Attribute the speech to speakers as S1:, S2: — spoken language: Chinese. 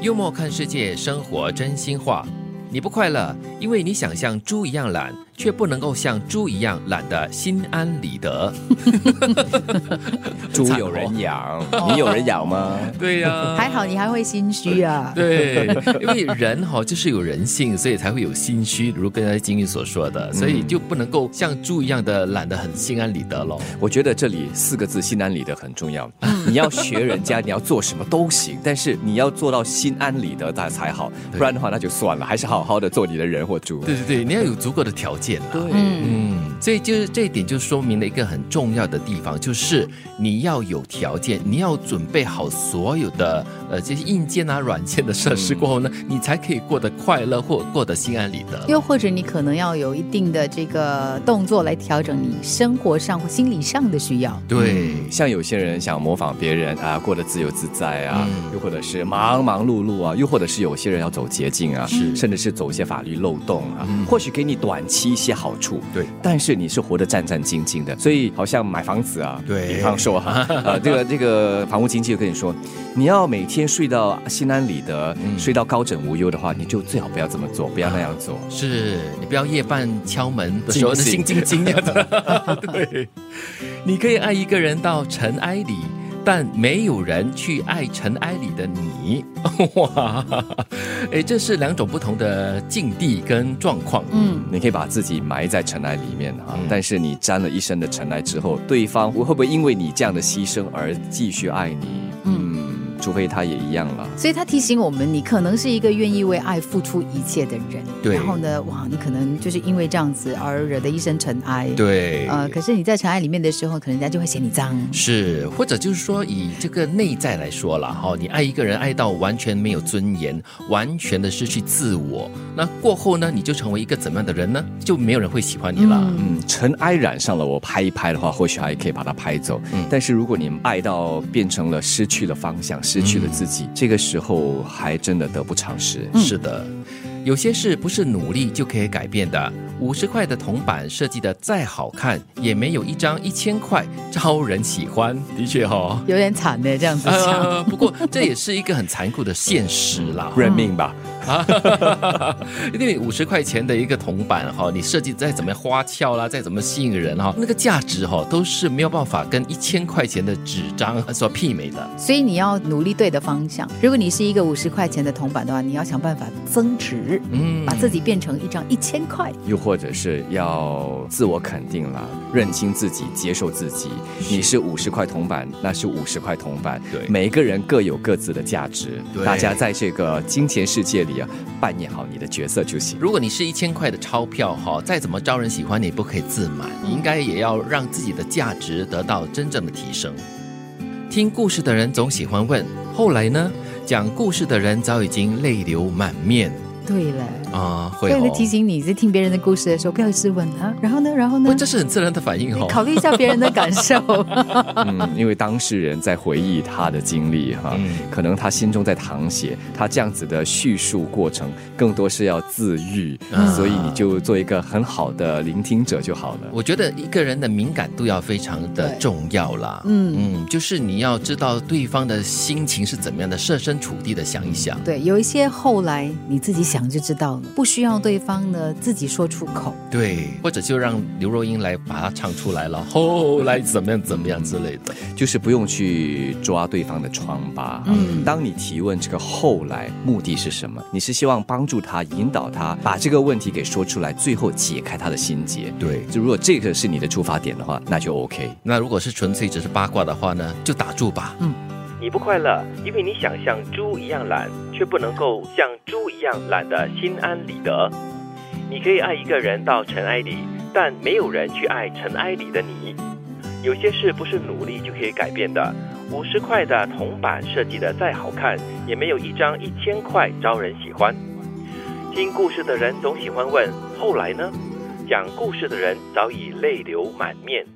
S1: 幽默看世界，生活真心话。你不快乐，因为你想像猪一样懒，却不能够像猪一样懒得心安理得。
S2: 猪有人养，你有人养吗？
S1: 对呀、
S3: 还好你还会心虚啊。
S1: 对，因为人哈、就是有人性，所以才会有心虚，如刚才金玉所说的，所以就不能够像猪一样的懒得很心安理得咯。
S2: 我觉得这里四个字“心安理得”很重要。你要学人家，你要做什么都行，但是你要做到心安理得那才好，不然的话那就算了，还是好好的做你的人或猪。
S1: 对对对，你要有足够的条件啊啦。
S3: 嗯，
S1: 嗯，所以就是这一点，就说明了一个很重要的地方，就是你要有条件，你要准备好所有的呃这些硬件啊、软件的设施过后呢，
S3: 嗯
S1: 你才可以过得快乐或过得心安理得。
S3: 又或者你可能要有一定的这个动作来调整你生活上或心理上的需要。
S1: 对，
S2: 像有些人想模仿别人啊，过得自由自在啊，
S1: 嗯
S2: 又或者是忙忙碌碌啊，又或者是有些人要走捷径啊，甚至是走一些法律漏洞啊，或许给你短期一些好处，
S1: 嗯对，
S2: 但是你是活得战战兢兢的，所以好像买房子啊，
S1: 对
S2: 比方说哈、 啊，呃，这个这个房屋经纪就跟你说，你要每天睡到心安理得，
S1: 嗯
S2: 睡到高枕无忧的话，你就最好不要这么做，不要那样做。
S1: 是你不要夜半敲门的时候的
S2: 惊
S1: 心
S2: 醒
S1: 惊惊 的。对，你可以爱一个人到尘埃里。但没有人去爱尘埃里的你， 哇！哎，这是两种不同的境地跟状况。
S3: 嗯，
S2: 你可以把自己埋在尘埃里面啊，但是你沾了一身的尘埃之后，对方会不会因为你这样的牺牲而继续爱你？嗯，除非他也一样了。
S3: 所以他提醒我们，你可能是一个愿意为爱付出一切的人。
S1: 对
S3: 然后呢，哇，你可能就是因为这样子而惹得一身尘埃。。
S1: 对
S3: 呃，可是你在尘埃里面的时候，可能人家就会嫌你脏。
S1: 是，或者就是说，以这个内在来说了哈，你爱一个人爱到完全没有尊严，完全的失去自我，那过后呢，你就成为一个怎么样的人呢？就没有人会喜欢你了。
S2: 嗯，尘埃染上了我，拍一拍的话，或许还可以把它拍走。
S1: 嗯
S2: 但是如果你爱到变成了失去了方向，失去了自己，这个时候还真的得不偿失。
S1: 是的，有些事不是努力就可以改变的。五十块的铜板设计的再好看，也没有一张一千块招人喜欢。的确哈、哦。
S3: 有点惨呢，这样子讲。
S1: 呃，不过这也是一个很残酷的现实啦，
S2: 认命吧，
S1: 因为五十块钱的一个铜板哈，你设计再怎么花俏啦，再怎么吸引人哈，那个价值哈都是没有办法跟一千块钱的纸张所媲美的。
S3: 所以你要努力对的方向。如果你是一个五十块钱的铜板的话，你要想办法增值，
S1: 嗯
S3: 把自己变成一张一千块。
S2: 又或者是要自我肯定啦，认清自己，接受自己。你是五十块铜板，那是五十块铜板。
S1: 对
S2: 每个人各有各自的价值，
S1: 对
S2: 大家在这个金钱世界里啊，扮演好你的角色 就行。
S1: 如果你是一千块的钞票哈，再怎么招人喜欢，你也不可以自满，
S3: 嗯
S1: 你应该也要让自己的价值得到真正的提升。听故事的人总喜欢问，后来呢？讲故事的人早已经泪流满面
S3: 对了，
S1: 啊、会
S3: 所以
S1: 哦
S3: 就。提醒你在听别人的故事的时候，不要自问啊。然后呢，然后
S1: 不，
S3: 呢，
S1: 这是很自然的反应
S3: 你
S1: 哦。
S3: 考虑一下别人的感受。
S2: 嗯，因为当事人在回忆他的经历哈、
S1: 嗯
S2: 可能他心中在淌血，他这样子的叙述过程更多是要自愈，
S1: 嗯
S2: 所以你就做一个很好的聆听者就好了。
S1: 我觉得一个人的敏感度要非常的
S3: 对
S1: 重要啦。
S3: 嗯，
S1: 嗯，就是你要知道对方的心情是怎么样的，设身处地的想一想。
S3: 对，有一些后来你自己想就知道了，不需要对方呢自己说出口。
S1: 对，或者就让刘若英来把它唱出来
S3: 嗯
S1: 了，后来怎么样怎么样之类的。
S2: 就是不用去抓对方的疮疤。
S3: 嗯
S2: 当你提问这个后来目的是什么，你是希望帮助他、引导他把这个问题给说出来，最后解开他的心结。
S1: 对，
S2: 就如果这个是你的出发点的话，那就 OK。
S1: 那如果是纯粹只是八卦的话呢，就打住吧。
S4: 你不快乐，因为你想像猪一样懒，却不能够像猪一样懒得心安理得。你可以爱一个人到尘埃里，但没有人去爱尘埃里的你。有些事不是努力就可以改变的。五十块的铜板设计的再好看，也没有一张一千块招人喜欢。听故事的人总喜欢问后来呢？讲故事的人早已泪流满面。